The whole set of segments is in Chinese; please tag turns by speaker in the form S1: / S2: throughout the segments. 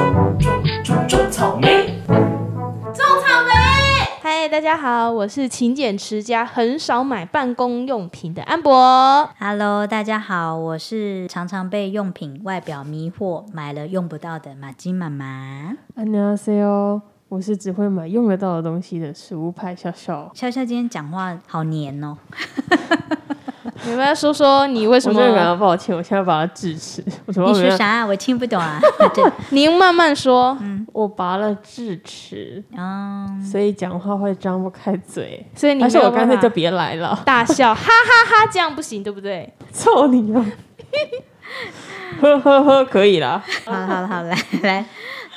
S1: 种草莓，
S2: 嗨，大家好，我是勤俭持家，很少买办公用品的安博。
S3: Hello，大家好，我是常常被用品外表迷惑，买了用不到的马金妈妈。
S4: 안녕하세요，我是只会买用得到的东西的食物派笑笑。
S3: 笑笑今天讲话好黏哦，
S2: 你们要说说你为
S4: 我
S2: 什
S4: 真的感
S2: 么？
S4: 到抱歉，我现在把它智齿， 我怎么
S3: 你
S4: 没
S3: 说
S4: 有？
S3: 啥、啊？我听不懂啊。 对，
S2: 您慢慢说。
S4: 我拔了智齿，
S3: 嗯，
S4: 所以讲话会张不开嘴。
S2: 所以你
S4: 还是
S2: 没有
S4: 我干脆
S2: 办法
S4: 就别来了，
S2: 大笑， 哈哈哈这样不行，对不对？
S4: 臭你啊！ 呵呵呵，可以啦。
S3: 好了好了好了，来，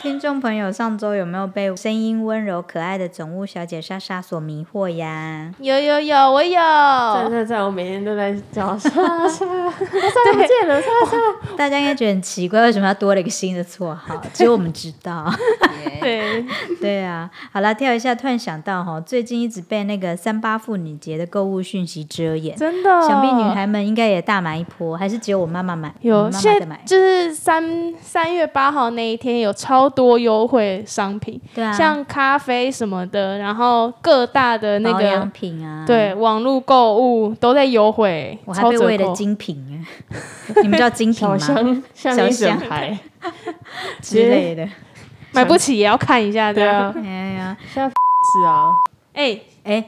S3: 听众朋友，上周有没有被声音温柔可爱的总务小姐莎莎所迷惑呀？
S2: 有有有，我有。
S4: 在在在，我每天都在叫 莎莎，莎莎不见了，莎莎。
S3: 大家应该觉得很奇怪，为什么要多了一个新的绰号？只有我们知道。
S2: 对，
S3: 对啊，好啦，跳一下，突然想到哈，最近一直被那个三八妇女节的购物讯息遮掩，
S2: 真的。
S3: 想必女孩们应该也大买一波，还是只有我妈妈买？
S2: 哦有，
S3: 我妈妈在
S2: 现在
S3: 买。
S2: 就是三三月八号那一天有超多优惠商品，
S3: 对啊，
S2: 像咖啡什么的，然后各大的那
S3: 保
S2: 个
S3: 养品啊，
S2: 对，网络购物都在优惠，
S3: 我还
S2: 超
S3: 被
S2: 折
S3: 喂了
S2: 扣
S3: 精 品，啊 你们知道精品
S4: 小
S3: 吗？
S4: 香，像
S3: 小
S4: 一整
S3: 香
S4: 排。
S3: 之类 的。
S2: 买不起也要看一下
S4: 对
S2: 的。
S4: 啊，
S3: 哎呀，
S4: 现在是啊。
S2: 哎，
S3: 哎，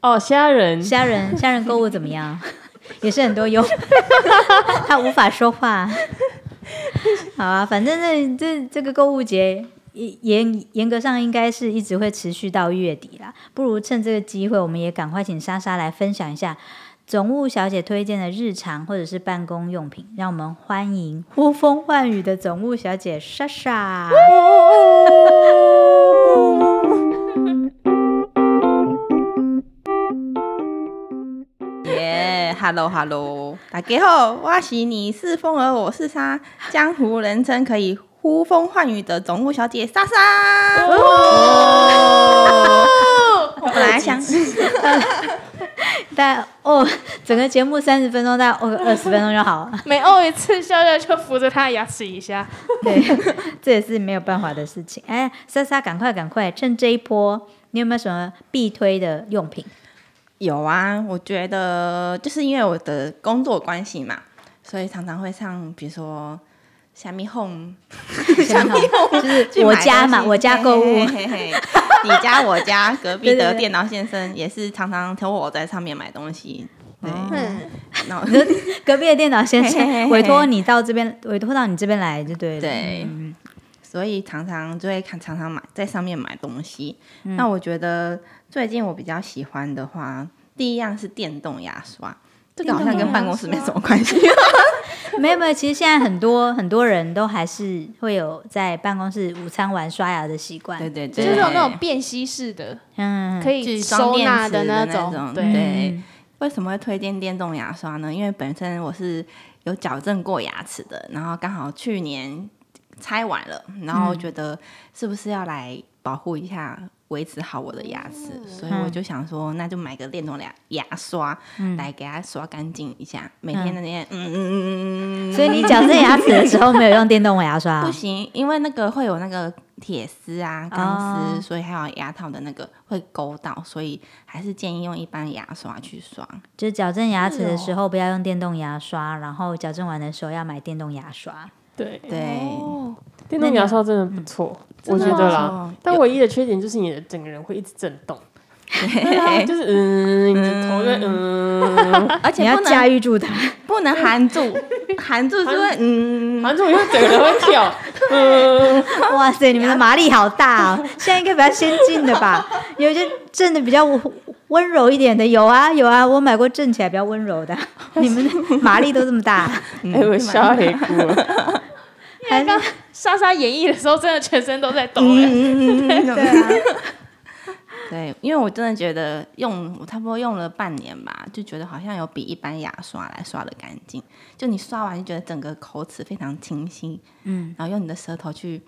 S4: 哦，虾仁，
S3: 虾仁虾仁购物怎么样？ 也是很多优， 他无法说话。好啊，反正这这这个购物节严严严格上应该是一直会持续到月底啦。不如趁这个机会，我们也赶快请莎莎来分享一下总务小姐推荐的日常或者是办公用品，让我们欢迎呼风唤雨的总务小姐莎莎。
S5: 耶、h e l l o Hello，大家好，我是你是风儿，我是沙，江湖人称可以呼风唤雨的总务小姐莎莎。我本来想，
S3: 大概哦，整个节目三十分钟，大概哦二十分钟就好了。
S2: 每哦一次笑笑就扶着他的牙齿一下，
S3: 对，这也是没有办法的事情。哎，莎莎，赶快赶快，趁这一波，你有没有什么必推的用 品？
S5: 有啊，我觉得就是因为我的工作关系嘛，所以常常会上，比如说。虾米 home，虾米 home
S3: 就是我家嘛，我家购物。
S5: 嘿嘿嘿你家我家隔壁
S3: 对对
S5: 的
S3: 对
S5: 电脑先生也是常常从我在上面买东西，对，
S3: 哦
S5: 然后
S3: 隔壁的电脑先
S5: 嘿嘿嘿
S3: 生
S5: 嘿
S3: 委托你到这边，委托到你这边来就对了。
S5: 对
S3: 嗯
S5: 所以常常就会看常常买在上面买东西。那我觉得最近我比较喜欢的话，第一样是电动牙刷，这个好像跟办公室没什么关系。
S3: 没有没有，其实现在很多很多人都还是会有在办公室午餐完刷牙的习惯。
S5: 对 对
S2: 就
S5: 对，
S2: 是有那种便携式的，
S3: 嗯，
S2: 可
S3: 以。
S2: 以
S5: 就是
S2: 收
S5: 装电
S2: 纳
S5: 池的
S2: 那
S5: 种，
S2: 对，
S5: 对。为什么会推荐电动牙刷呢？因为本身我是有矫正过牙齿的，然后刚好去年拆完了，然后觉得是不是要来保护一下，维持好我的牙齿，所以我就想说，那就买个电动牙牙刷、
S3: 嗯
S5: 来给它刷干净一下。每天那边嗯嗯嗯嗯嗯，
S3: 所以你矫正牙齿的时候没有用电动牙刷
S5: 不
S3: 哦，
S5: 行，因为那个会有那个铁丝啊、钢丝，
S3: 哦
S5: 所以还有牙套的那个会勾到，所以还是建议用一般牙刷去刷。
S3: 就是矫正牙齿的时候不要用电动牙刷，然后矫正完的时候要买电动牙刷。
S4: 对，
S5: 对。
S2: 哦，
S4: 电动牙刷嗯真的不错，我觉得啦。但唯一的缺点就是你的整个人会一直震动，
S5: 对，
S4: 就是嗯，你的头就会嗯，
S5: 而
S3: 你
S5: 且
S3: 要
S5: 不
S3: 驾
S5: 能
S3: 驭住它，
S5: 不能含住，含住就会嗯，
S4: 反正我就整个人会跳，嗯，
S3: 哇塞，你们的马力好大哦！现在应该比较先进的吧？有一些震的比较温柔一点的，有啊有啊，我买过震起来比较温柔的。你们的马力都这么大，啊
S4: 哎，我笑黑哭了。
S3: 还是
S2: 莎莎演绎的时候，真的全身都在抖、欸，
S3: 对啊，
S5: 对，因为我真的觉得用我差不多用了半年吧，就觉得好像有比一般牙刷来刷的干净。就你刷完就觉得整个口齿非常清晰，嗯，然后用你的舌头去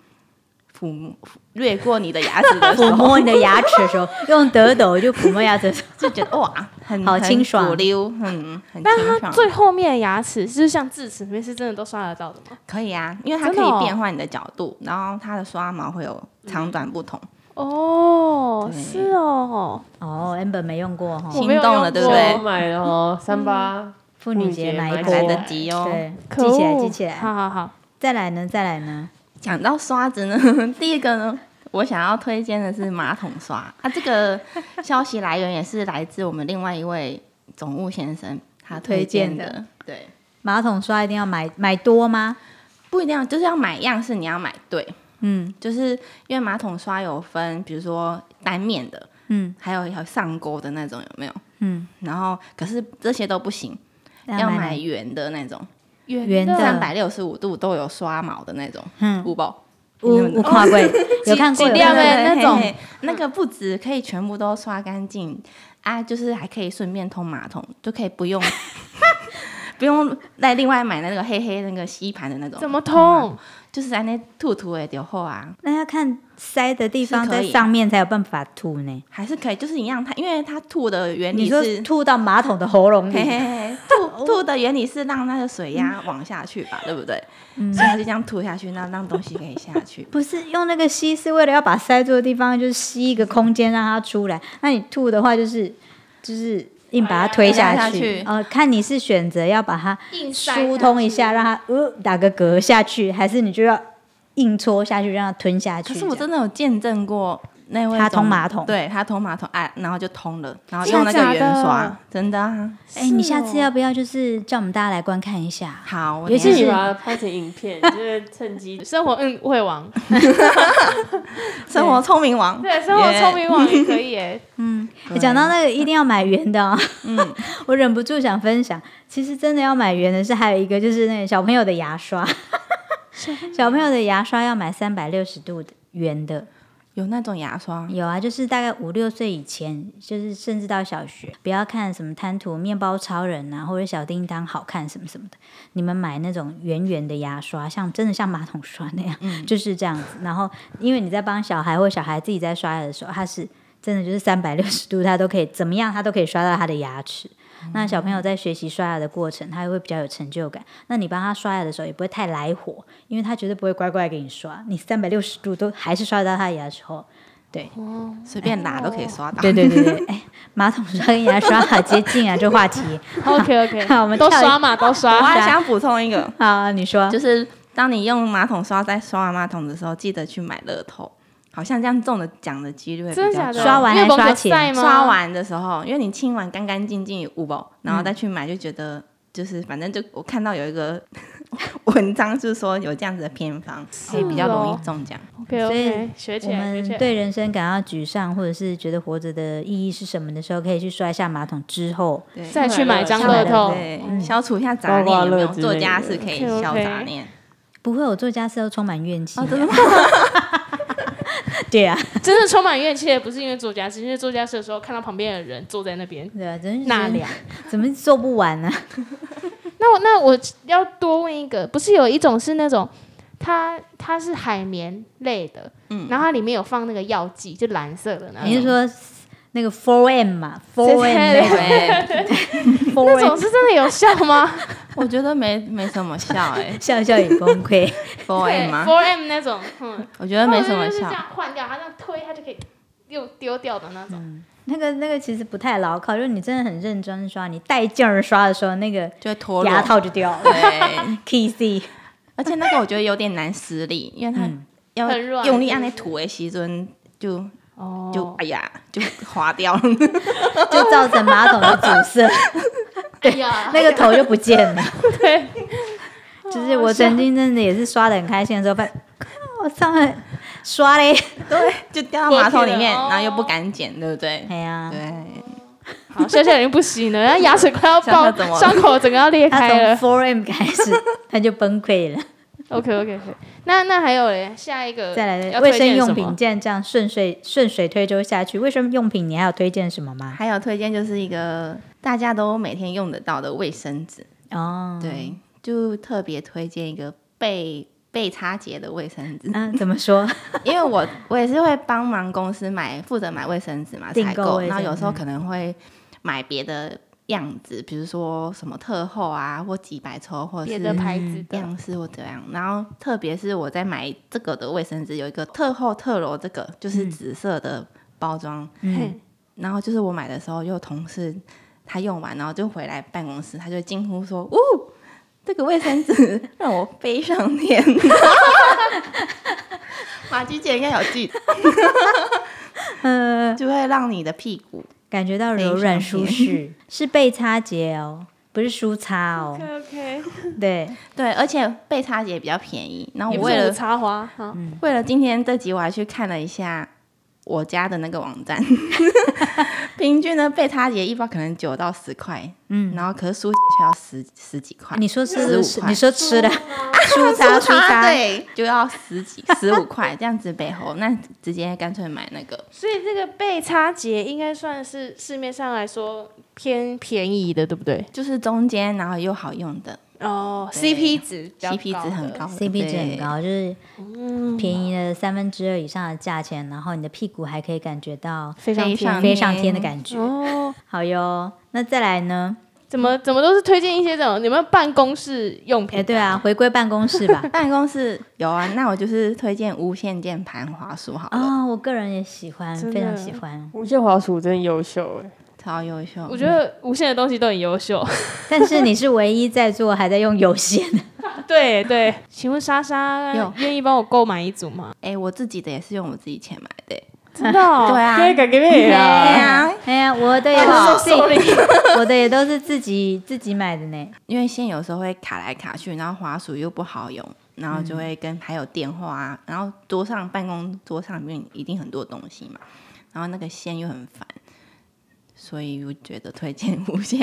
S5: 抚摸掠过你的牙齿的时
S3: 抚
S5: 候，
S3: 摸你的牙齿的时候，用德斗就抚摸牙齿的时候，
S5: 就觉得哇，很
S3: 好
S5: 很
S3: 清爽
S5: 古溜，嗯，很
S2: 但
S5: 清
S2: 它
S5: 爽，
S2: 最后面的牙齿，就是像智齿里面是真的都刷得到的吗？
S5: 可以啊，因为它
S2: 真
S5: 可
S2: 的哦
S5: 以变换你的角度，然后它的刷毛会有长短不同，
S2: 哦，
S5: 对
S2: 是哦，
S3: 哦，amber 没用过哈
S5: 心，
S4: 我没有
S5: 动
S4: 用
S5: 了对不
S4: 过
S5: 对
S4: 买了哦，三八
S3: 妇女节买一
S4: 妇女
S3: 波
S4: 节买
S5: 来
S4: 一
S5: 得
S4: 波
S5: 及哦。
S3: 对，
S2: 可
S3: 记起来，
S2: 恶
S3: 记起来。哦
S2: 好好好，
S3: 再来呢，再来呢，
S5: 讲到刷子呢， 第一个呢，我想要推荐的是马桶刷啊。这个消息来源也是来自我们另外一位总务先生他推荐
S3: 推荐
S5: 的，对，
S3: 马桶刷一定要买买多吗？
S5: 不一定要就是要买样式，你要买对，
S3: 嗯
S5: 就是因为马桶刷有分，比如说单面的，
S3: 嗯
S5: 还有有上钩的那种，有没有？
S3: 嗯，
S5: 然后可是这些都不行，要买圆的那种，
S2: 圆
S3: 圆
S2: 的
S5: 三
S3: 的，
S5: 百六十五度都有刷毛的那种，
S3: 嗯，
S5: 五宝。
S3: 我我跨过，
S5: 哦
S3: 有看过
S2: 几
S3: 有
S2: 量
S3: 看
S2: 欸
S3: 过。
S2: 哎那种
S5: 嘿嘿那个不止可以全部都刷干净啊，就是还可以顺便通马桶，就可以不用不用再另外买那个黑黑那个吸盘的那种，
S2: 怎么通？
S5: 就是在那吐吐的丢后啊，
S3: 那要看塞的地方
S5: 是可
S3: 在
S5: 以
S3: 上面才有办法吐呢。
S5: 还是可以，就是一样它，因为它吐的原
S3: 你
S5: 理
S3: 说
S5: 是。
S3: 吐到马桶的喉咙
S5: 嘿
S3: 里，。
S5: 嘿嘿，吐吐的原理是让那个水压往下去吧，对不对？所以它就这样吐下去，那让东西可以下去
S3: 不是用那个吸，是为了要把塞住的地方就是吸一个空间让它出来。那你吐的话，就是就是硬把它推
S5: 推
S3: 下
S5: 下
S3: 去
S5: 去。
S3: 呃，看你是选择要把它
S2: 硬塞
S3: 疏通一下，让它呃打个嗝下去，还是你就要硬戳下去让它吞下去
S5: 可
S3: 这
S5: 是
S3: 样？
S5: 我真的有见证过那位
S3: 他
S5: 总
S3: 通马桶
S5: 对他通马桶，哎，然后就通了，然后
S2: 真的
S5: 用那个
S2: 假的
S5: 圆刷，真的啊。
S3: 哎、你下次
S2: 是哦
S3: 要不要就是叫我们大家来观看一下？
S5: 好，我
S3: 尤
S4: 尤
S5: 等一
S4: 其
S5: 下
S4: 你
S3: 是
S4: 把它拍成影片，就是趁机
S2: 生活嗯会王，
S5: 生活聪明王，
S2: 对，生活聪明王也可以诶。
S3: 嗯，
S5: 对
S3: 讲到那个一定要买圆的、哦， 我忍不住想分享。其实真的要买圆的是还有一个就是那个小朋友的牙刷，小朋友的牙刷要买三百六十度的圆的。
S5: 有那种牙刷，
S3: 有啊，就是大概五六岁以前，就是甚至到小学，不要看什么贪图面包超人啊，或者小叮当好看什么什么的，你们买那种圆圆的牙刷，像真的像马桶刷那样， 就是这样子。然后，因为你在帮小孩或小孩自己在刷牙的时候，它是真的就是三百六十度，它都可以怎么样，它都可以刷到他的牙齿。那小朋友在学习刷牙的过程，他会比较有成就感。那你帮他刷牙的时候，也不会太来火，因为他绝对不会乖乖给你刷，你三百六十度都还是刷到他的牙齿哦后。
S5: 随便拿都可以
S2: 哦
S5: 刷 到。
S3: 对对对对，哎，马桶刷跟牙刷好接近啊，这话题。
S2: OK OK，
S3: 好我们
S2: 都
S3: 跳一
S2: 刷嘛，都
S5: 我
S2: 刷。
S5: 还想补充 一个，
S3: 好，你说，
S5: 就是当你用马桶刷在刷马桶的时候，记得去买乐透，好像这样中的奖的几率会比
S2: 真的
S5: 较
S2: 假
S5: 高。
S2: 的？
S3: 刷完还
S2: 月光
S3: 刷
S2: 有
S3: 钱
S2: 赛吗？
S5: 刷完的时候，因为你清完干干净净五包，然后再去买就觉得。就是，反正就我看到有一个 文章，就是说有这样子的偏方，
S2: Oh，
S5: 可以比较容易中奖。
S2: OK
S3: 所以
S2: OK，学
S3: 我
S2: 起来，学
S3: 们
S2: 起来。
S3: 对人生感到沮丧，或者是觉得活着的意义是什么的时候，可以去刷一下马桶之后。
S5: 对，
S2: 再去买张乐透，嗯
S5: 对，消除一下杂念，有没有？做家事可以
S2: 刮刮乐之类的
S5: 消杂念。
S3: 不会，我做家事都充满怨气、真的吗？ 对啊，
S2: 真的充满怨气的，不是因为做家事，因为做家事的时候看到旁边的人坐在那边
S3: 对啊，真是
S2: 纳
S3: 觉得
S2: 凉。
S3: 怎么做不完呢、
S2: 那我那我要多问一个，不是有一种是那种，它它是海绵类的，然后它里面有放那个药剂，就蓝色的那
S3: 你是
S2: 种，
S3: 说那个 Four M 嘛？Four
S2: 谁
S3: M
S2: 猜的
S3: 那
S5: 对，
S3: 种 Four
S2: 那
S3: M
S2: 种是真的有效吗
S5: 我觉得没没什么效 哎
S3: 笑笑也崩溃。
S5: ，four M 吗？
S2: ？Four M 那种，嗯，
S5: 我觉得没什么
S2: 就是这
S5: 效。
S2: 样换掉，它这样推它就可以又丢掉的那种。
S3: 那个那个其实不太牢靠，就是你真的很认真刷，你带劲儿刷的时候，那个
S5: 就会脱
S3: 牙
S5: 落。
S3: 套就掉了。
S5: 对，
S3: KC
S5: 而且那个我觉得有点难施力，因为它
S3: 嗯
S5: 要
S2: 很软
S5: 用力按那土的时尊，就
S2: 哦
S5: 就哎呀，就滑掉了。
S3: 就造成马桶的阻塞，
S2: 哎呀，
S3: 那个头就不见了。
S2: 对，
S3: 就是我曾经真的也是刷的很开心的时候，发现靠我上来刷嘞，
S5: 就掉到马桶里面，
S2: 哦
S5: 然后又不敢捡，对不对
S3: 哎？呀，
S5: 对，
S2: 好，笑笑已经不行了，然后牙齿快要
S5: 笑
S2: 爆
S5: 笑怎么，了
S2: 伤口整个要裂
S3: 他
S2: 开了。
S3: 从 Four M 开始他就崩溃了。
S2: OK OK OK，那那还有嘞，下一个
S3: 再来，
S2: 要
S3: 卫
S2: 推
S3: 生
S2: 荐
S3: 用
S2: 什
S3: 品
S2: 么？
S3: 竟然这样顺水顺水推舟下去，卫生用品你还有推荐什么吗？
S5: 还有推荐就是一个大家都每天用得到的卫生纸，
S3: 哦，
S5: 对，就特别推荐一个贝被擦节的卫生纸，
S3: 嗯、怎么说？
S5: 因为我我也是会帮忙公司买负责买卫生纸嘛，
S3: 订
S5: 采
S3: 购
S5: 购，
S3: 卫
S5: 然后有
S3: 生
S5: 时候
S3: 纸
S5: 可能会买别的样子，比如说什么特厚啊，或几百抽，或者
S2: 别
S5: 是
S2: 的牌子的，
S5: 样式或怎样。然后特别是我在买这个的卫生纸，有一个特厚特柔，这个就是紫色的包装。
S3: 嗯，
S2: 嘿
S5: 然后就是我买的时候，有同事他用完，然后就回来办公室，他就惊呼说：“呜、这个卫生纸 让我飞上 天！”马吉姐应该有记得，
S3: 呃，
S5: 就会让你的屁股
S3: 感觉到
S5: 非
S3: 柔软
S5: 常
S3: 舒
S5: 甜
S3: 适， 是被擦节哦，不是舒擦 哦。
S2: OK，
S3: 对，
S5: 对，而且被擦也比较便宜。然后
S2: 也
S5: 我
S2: 不是
S5: 为
S2: 我
S5: 了
S2: 插花哈，
S5: 为了今天这集，我还去看了一下我家的那个网 站，平均呢被擦节一包可能九到十块，
S3: 嗯，
S5: 然后可是舒洁却要十十几块，
S3: 你说是
S5: 15块
S3: 你说吃的 舒擦舒擦，
S5: 对，就要 十几十五块这样子背后，那直接干脆买那个。
S2: 所以这个被插节应该算是市面上来说偏便宜的，对不对？
S5: 就是中间，然后又好用的
S2: 哦
S5: 对
S2: ，CP 值比较
S5: ，CP 值很
S2: 的
S5: 高
S3: CP 值很
S5: 对
S3: 高，就是
S2: 嗯，
S3: 便宜了三分之二以上的价钱，然后你的屁股还可以感觉到
S2: 非常
S5: 非
S2: 便
S5: 常。
S2: 宜
S3: 飞上天的感觉。
S2: 哦。
S3: 好哟，那再来呢？
S2: 怎么怎么都是推荐一些这种有没有办公室用
S3: 哎、
S2: 品？
S3: 对啊，回归办公室 吧
S5: 办公室有啊，那我就是推荐无线键盘滑鼠好
S2: 哦
S5: 了，
S3: 啊、我个人也喜欢，
S4: 真的
S3: 非常喜欢。
S4: 无线滑鼠真的优秀哎，
S5: 超优秀。
S2: 我觉得无线的东西都很优秀。
S3: 但是你是唯一在座还在用有线的，
S2: 对对，请问莎莎
S5: 有
S2: 愿意帮我购买一组吗？
S5: 哎、我自己的也是用我自己钱买的、
S2: 真的 哦、
S5: 对啊，
S4: 可以改革妹
S5: 对
S4: 啊，
S5: 啊，
S3: 哎呀，我的也都是自己，我的也都是自己自己买的呢。
S5: 因为线有时候会卡来卡去，然后滑鼠又不好用，然
S3: 嗯
S5: 后就会跟还有电话啊，然后桌上办公桌上面一定很多东西嘛，然后那个线又很烦，所以我觉得推荐无线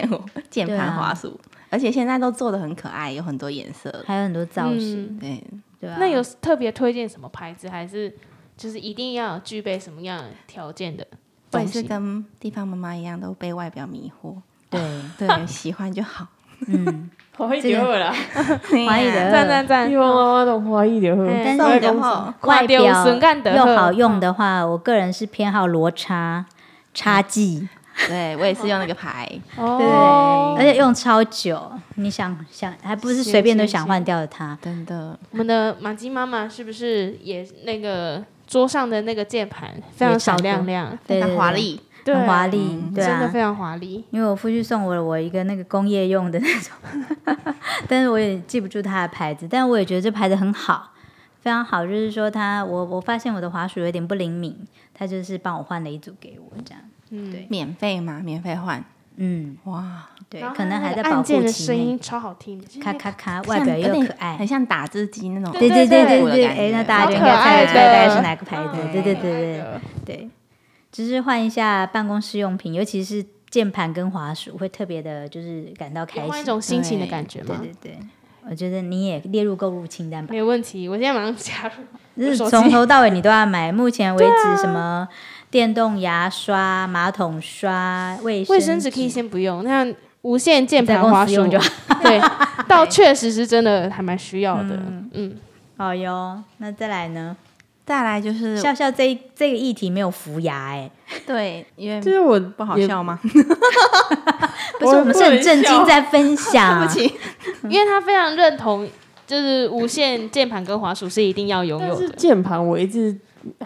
S5: 键
S3: 对啊
S5: 盘滑鼠，而且现在都做的很可爱，有很多颜色。
S3: 还有很多造型，
S2: 嗯
S5: 对，
S3: 对啊吧、
S2: 那有特别推荐什么牌子，还是就是一定要具备什么样的条件的
S5: 我也
S2: 东
S5: 是
S2: 西？
S5: 跟地方妈妈一样，都被外表迷惑。
S3: 对，
S5: 对，喜欢就好。
S3: 嗯，
S4: 华裔点会啦，
S3: 怀疑的
S2: 赞赞赞
S4: 欲！望妈妈懂华裔点会，
S2: 哎
S3: 但
S5: 送
S3: 是
S5: 的话，
S3: 外表
S2: 看到有损干嗯得
S3: 又
S2: 呵
S3: 好用的话，我个人是偏好罗叉叉技，
S5: 对我也是用那个牌，
S2: 哦
S3: 而，且用超久，你想想还不是随便都想换掉的它。
S5: 真的
S2: 我们的马吉妈妈是不是也那个桌上的那个键盘非常
S3: 也差
S2: 闪
S3: 不多
S2: 亮亮，
S5: 非
S3: 对
S5: 常
S3: 对
S5: 华
S3: 对
S5: 丽。
S2: 对，嗯
S3: 很华丽，对
S2: 真的
S3: 啊
S2: 非。常华丽。
S3: 因为我父亲送我了我一个那个工业用的那种， 但是我也记不住它的牌子，但我也觉得这牌子很好，非常好。就是说它，我我发现我的滑鼠有点不灵敏，它就是帮我换了一组给我这样。
S2: 嗯，
S3: 对
S5: 免费嘛，免费换，
S3: 嗯，
S5: 哇，
S3: 对
S2: 然，后
S3: 可能还在
S2: 它那个
S3: 保
S2: 按键
S3: 护
S2: 的
S3: 期
S2: 声
S3: 内
S2: 音。超好听的，
S3: 咔咔咔，外表
S5: 像有
S3: 又
S5: 点
S3: 可爱
S5: 很，像打字机那种。
S2: 对
S3: 对
S2: 对
S3: 对
S5: 酷的
S3: 对，
S5: 感
S3: 哎，
S5: 觉
S3: 那大家就应
S2: 好
S3: 该
S2: 可
S3: 猜
S2: 爱
S3: 得出来大概
S2: 的
S3: 是哪个牌子？对对对对
S2: 对，
S3: 对，只是换一下办公室用品，尤其是键盘跟滑鼠，会特别的，就是感到开
S2: 有换一
S3: 心。
S2: 种心情的感觉
S3: 对
S2: 吗？
S3: 对对，我觉得你也列入购物清单吧。
S2: 没问题，我现在马上加入。
S3: 就是
S2: 手机
S3: 从头到尾你都要买，目前为止什么电动牙刷、马桶刷、卫
S2: 卫生
S3: 生
S2: 纸可以先不用，那无线键
S3: 在
S2: 盘
S3: 公
S2: 滑
S3: 司
S2: 鼠
S3: 用就好。
S2: 对，倒确实是真的还蛮需要的。嗯，
S3: 好哟，那再来呢？
S5: 再来就是
S3: 笑笑这一这个议题没有扶牙哎、
S5: 对，因为
S4: 就是我
S5: 不好
S4: 也
S5: 笑吗？
S3: 不是我们是很震惊在分享，
S5: 对不起，
S2: 因为他非常认同，就是无线键盘跟滑鼠是一定要拥
S4: 但
S2: 有
S4: 是
S2: 的。
S4: 键盘我一直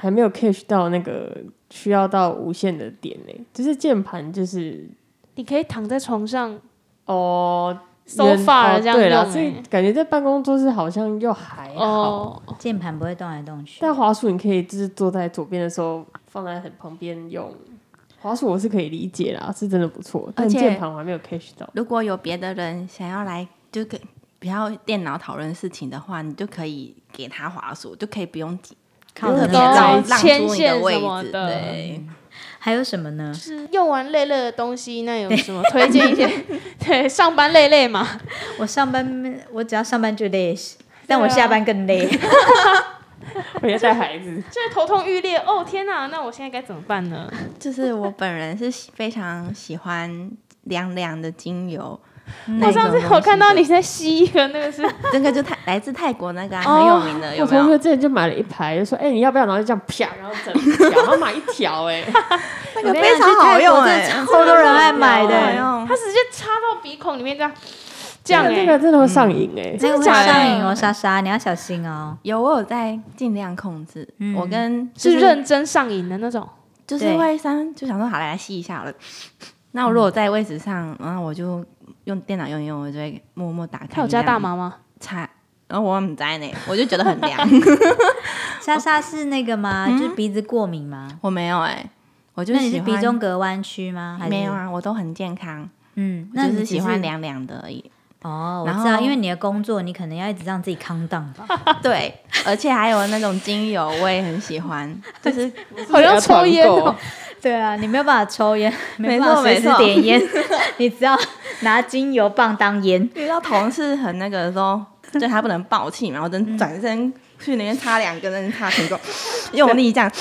S4: 还没有 catch 到那个需要到无线的点呢、就是键盘就是
S2: 你可以躺在床上
S4: 哦。
S2: so
S4: 人
S2: far
S4: 哦
S2: 这样
S4: 对啦
S2: 用
S4: 所以
S2: 欸
S4: 感觉在办公桌是好像又还好，
S2: 哦，
S3: 键盘不会动来动去。
S4: 但滑鼠你可以就是坐在左边的时候放在很旁边用，滑鼠我是可以理解啦，是真的不错，但
S5: 而且
S4: 键盘我还没有 catch 到。
S5: 如果有别的人想要来，就可以不要电脑讨论事情的话，你就可以给他滑鼠，就可以不用挤
S3: 靠得
S5: 特
S3: 很
S5: 别
S2: 懂
S5: 让
S3: 近
S5: 让
S2: 牵
S5: 出你
S2: 线
S5: 的
S2: 什
S5: 位
S2: 么
S5: 置。
S2: 的
S5: 对，
S3: 还有什么呢？
S2: 就是用完累累的东西，那有什么推荐一 些？对，上班累累嘛，
S3: 我上班，我只要上班就累，但我下班更 累。
S4: 我要带孩子，
S2: 就是头痛欲裂。哦天哪，那我现在该怎么办呢？
S5: 就是我本人是喜非常喜欢凉凉的精油，那
S2: 我
S5: 一种
S2: 上次
S5: 东
S2: 我
S5: 西
S2: 看到
S5: 的
S2: 你，在吸一个那个是，
S5: 这个就泰来自泰国那个啊
S4: 哦
S5: 很有 名的，有
S4: 我
S5: 没
S4: 同
S5: 有
S4: 学？之前就买了一排，就说：“哎、你要不要？”然后就这样啪，然后整条，然后买一条、哎，
S5: 那
S3: 我
S5: 个
S3: 跟你讲
S5: 非常好用
S3: 去泰
S5: 哎
S3: 国，真的超多人爱买
S5: 真的好
S3: 的，
S5: 用
S2: 它直接插到鼻孔里面这样， 这样
S4: 那
S2: 哎、
S4: 个真的会上瘾哎、
S3: 这个会
S2: 真的假的
S3: 上瘾哦，莎莎，你要小心哦。
S5: 有我有在尽量控制，
S3: 嗯
S5: 我跟就是
S2: 认真上瘾的那种。
S5: 就是
S3: 对
S5: 会三就想说好来来吸一下好了。 那我如果在位置上，然后我就用电脑用一用，我就会默默打开。
S2: 他有加大？麻吗？
S5: 擦，然后我不在 呢，我就觉得很凉。
S3: 莎莎是那个吗？就是鼻子过敏吗？
S5: 我没有哎、我就
S3: 那你嗯
S5: 喜
S3: 是
S5: 欢
S3: 鼻中隔弯曲吗？还是
S5: 没有？啊，我都很健康，
S3: 嗯，
S5: 我
S3: 那
S5: 就
S3: 你
S5: 是
S3: 只
S5: 喜欢凉凉的 而已。
S3: 哦，我
S5: 然
S3: 知道，
S5: 后
S3: 因为你的工作，你可能要一直让自己康荡吧。
S5: 对，而且还有那种精油，我也很 喜欢，就是
S2: 好像抽烟
S4: 团购
S2: 哦，
S3: 对啊，你没有办法抽烟， 没
S5: 没
S3: 办法
S5: 错
S3: 随
S5: 没
S3: 时
S5: 错
S3: 点 烟，你只要拿精油棒当烟。
S5: 遇到同事很那个的时候，对他不能暴气嘛，我等转身去那边擦两根，那擦 成功，用力这样，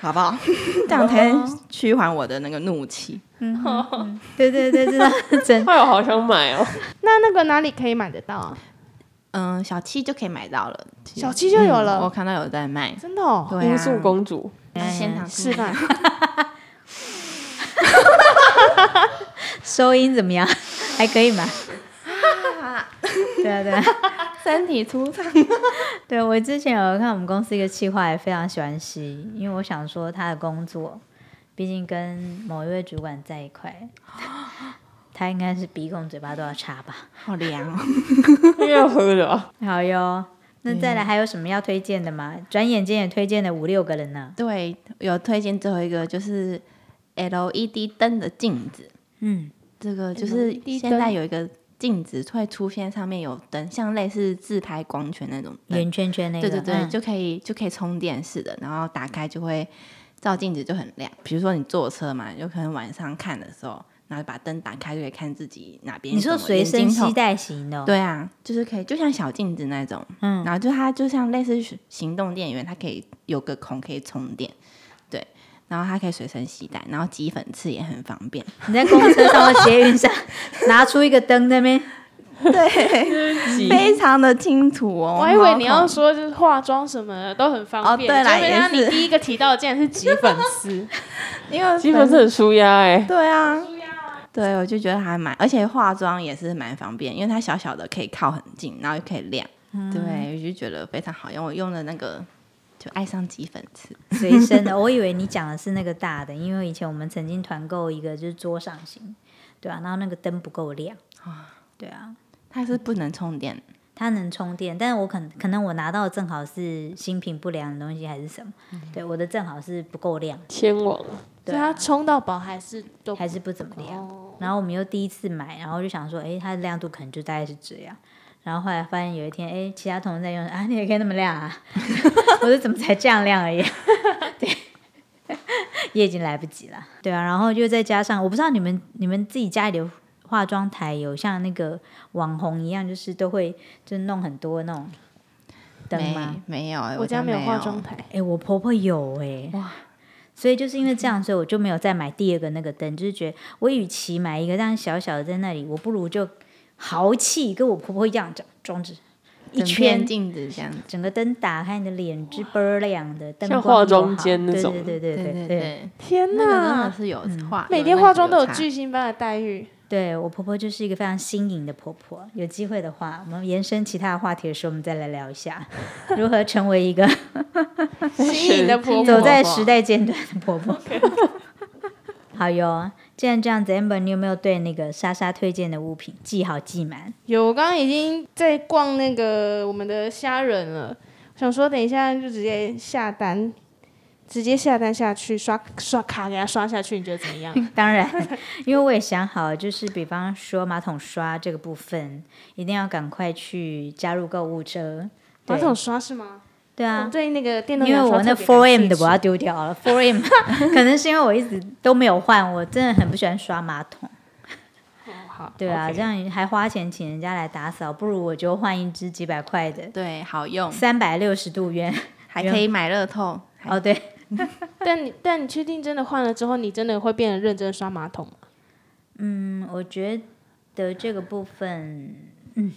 S5: 好不好？ 这样才能驱缓我的那个怒气。
S3: 对对对，知道真
S4: 哎呦，好想买 哦、
S2: 那那个哪里可以买得到啊？
S5: 嗯，小七就可以买到了，
S2: 小七就有
S5: 嗯我
S2: 了，
S5: 看到有在卖，
S2: 真的哦，嗯
S5: 对啊，
S4: 巫术公主，
S5: 那现场
S2: 示 范。
S3: 收音怎么样？ 还可以吗？对啊对啊，
S5: 身体出场，
S3: 对啊我之前有看我们公司一个企划，也非常喜欢吸，因为我想说他的工作，毕竟跟某一位主管在一 块，他应该是鼻孔嘴巴都要插吧。
S5: 好凉哦。
S4: 因为要喝的 吧？
S3: 好哟，嗯那再来还有什么要推荐的吗？转眼间也推荐了五六个人呢。
S5: 对，有推荐最后一个就是 LED 灯的镜子，
S3: 嗯，
S5: 这个
S2: E
S5: 就是现在有一个镜子会出现，上面有灯，像类似自拍光圈那种灯。
S3: 圆圈圈那个，
S5: 对对对，
S3: 嗯
S5: 就可以就可以充电式的，然后打开就会照镜子就很亮。比如说你坐车嘛，有可能晚上看的时候，然后把灯打开就可以看自己哪边
S3: 你说
S5: 什么
S3: 随
S5: 眼
S3: 身
S5: 睛
S3: 携
S5: 痛
S3: 带型的、哦，
S5: 对啊，就是可以，就像小镜子那种，
S3: 嗯
S5: 然后就它就像类似行动电源，它可以有个孔可以充电，对，然后它可以随身携带，然后挤粉刺也很方便。
S3: 你在公车上或捷运上 拿出一个灯在那边，
S5: 对，非常的清楚哦。
S2: 我还以为你
S5: 毛
S2: 要
S5: 孔
S2: 说就是化妆什么的都很方便，
S5: 哦对啦
S2: 结果人家
S5: 也是
S2: 你第一个提到的竟然是挤粉 丝，
S5: 因为
S4: 基本是很舒压哎，
S5: 对啊，对，我就觉得还蛮，而且化妆也是蛮方便，因为它小小的可以靠很近，然后又可以亮，对，我就觉得非常好用。我用了那个就爱上挤粉刺，
S3: 随身的，我以为你讲的是那个大的，因为以前我们曾经团购一个就是桌上型，对啊，然后那个灯不够亮对啊，
S5: 它是不能充电，
S3: 它能充电，但是我可能可能我拿到的正好是新品不良的东西还是什么，对，我的正好是不够亮，
S4: 天王
S2: 所以它充到饱啊还是都
S3: 还是不怎么亮。
S2: 哦
S3: 然后我们又第一次买，然后就想说，诶，它的亮度可能就大概是这样。然后后来发现有一天，诶，其他同事在用，啊，你也可以那么亮啊！我说怎么才这样亮而已，对， 也已经来不及了。对啊，然后又再加上，我不知道你们你们自己家里的化妆台有像那个网红一样，就是都会就弄很多那种灯吗
S5: 没？没有欸，
S2: 我家
S5: 没
S2: 没有化妆台，
S3: 哎、我婆婆有哎、哇！所以就是因为这样，所以我就没有再买第二个那个灯，就是觉得我与其买一个这样小小的在那里，我不如就豪气跟我婆婆一样这样装着一
S5: 整片
S3: 圈，
S5: 镜子这样子。
S3: 整个灯打开，你的脸是倍儿亮的，灯
S4: 像
S3: 光
S4: 化
S3: 又
S4: 妆
S3: 好
S4: 间那种
S3: 对对对对对
S5: 对对嗯
S3: 对。
S5: 对，
S2: 天
S5: 那个真
S2: 哪
S5: 的！是有化，
S2: 啊每天化妆都有
S5: 差
S2: 巨星般的待遇，
S3: 对我婆婆就是一个非常新颖的婆婆，有机会的话，我们延伸其他的话题的时候，我们再来聊一下如何成为一个
S2: 新颖的婆
S3: 走
S2: 婆。
S3: 在时代尖端的婆婆。 好哟，既然这样子，amber，你有没有对那个莎莎推荐的物品记好记满？
S2: 有，我刚刚已经在逛那个我们的虾仁了，想说等一下就直接下单，直接下单下去，刷刷卡给他刷下去，你觉得怎么 样？
S3: 当然，因为我也想好，就是比方说马桶刷这个部分，一定要赶快去加入购物车。对
S2: 马桶刷是吗？
S3: 对
S2: 我
S3: 啊，
S2: 对哦那个电动
S3: 因为
S2: 牙刷
S3: 我那
S2: 特别感
S3: Four M
S2: 兴
S3: 的我
S2: 趣
S3: 要丢掉了，Four M 可能是因为我一直都没有换，我真的很不喜欢刷马桶。
S2: 哦好，
S3: 对啊
S2: OK
S3: 这样还花钱请人家来打扫，不如我就换一支几百块的
S5: 对，好用，
S3: 三百六十度圆。
S5: 还可以买乐透。
S3: 哦，对，
S2: 但你但你确定真的换了之后，你真的会变得认真刷马桶吗？
S3: 嗯，我觉的这个部分，嗯，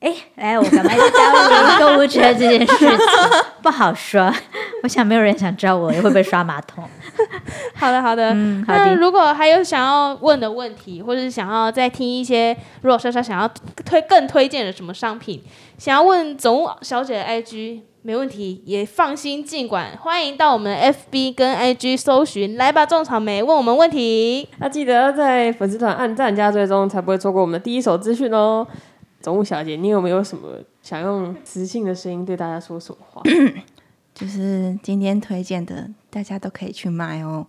S3: 哎，来，我赶快加入购物车这件事情，不好说。我想没有人想知道我会不会刷马桶。
S2: 好的，好的。
S3: 嗯，好
S2: 那
S3: 的。
S2: 如果还有想要问的问题，或者是想要再听一些，如果莎莎想要推更推荐的什么商品，想要问总务小姐的 IG，没问题，也放心，尽管欢迎到我们的 FB 跟 IG 搜寻“来吧种草莓”，问我们问题。
S4: 那、记得要在粉丝团按赞加追踪，才不会错过我们的第一手资讯哦。总务小姐，你有没有什么想用磁性的声音对大家说什么话？
S5: 就是今天推荐的，大家都可以去买哦。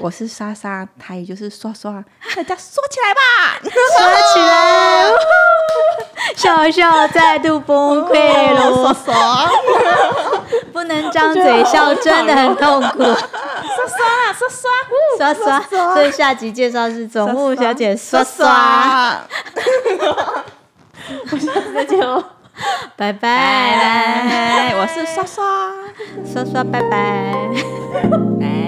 S5: 我是莎莎，台语就是刷刷，大家刷起来吧！
S3: 刷起来！笑笑再度崩溃了，不能张嘴笑，真的很痛苦。刷刷啦，刷刷，刷刷。所以下集介绍是总务小姐刷刷，，
S4: 再见哦。
S3: 拜
S5: 拜
S3: 拜，
S5: 拜，我是刷刷，
S3: 刷刷，拜拜。
S5: 拜。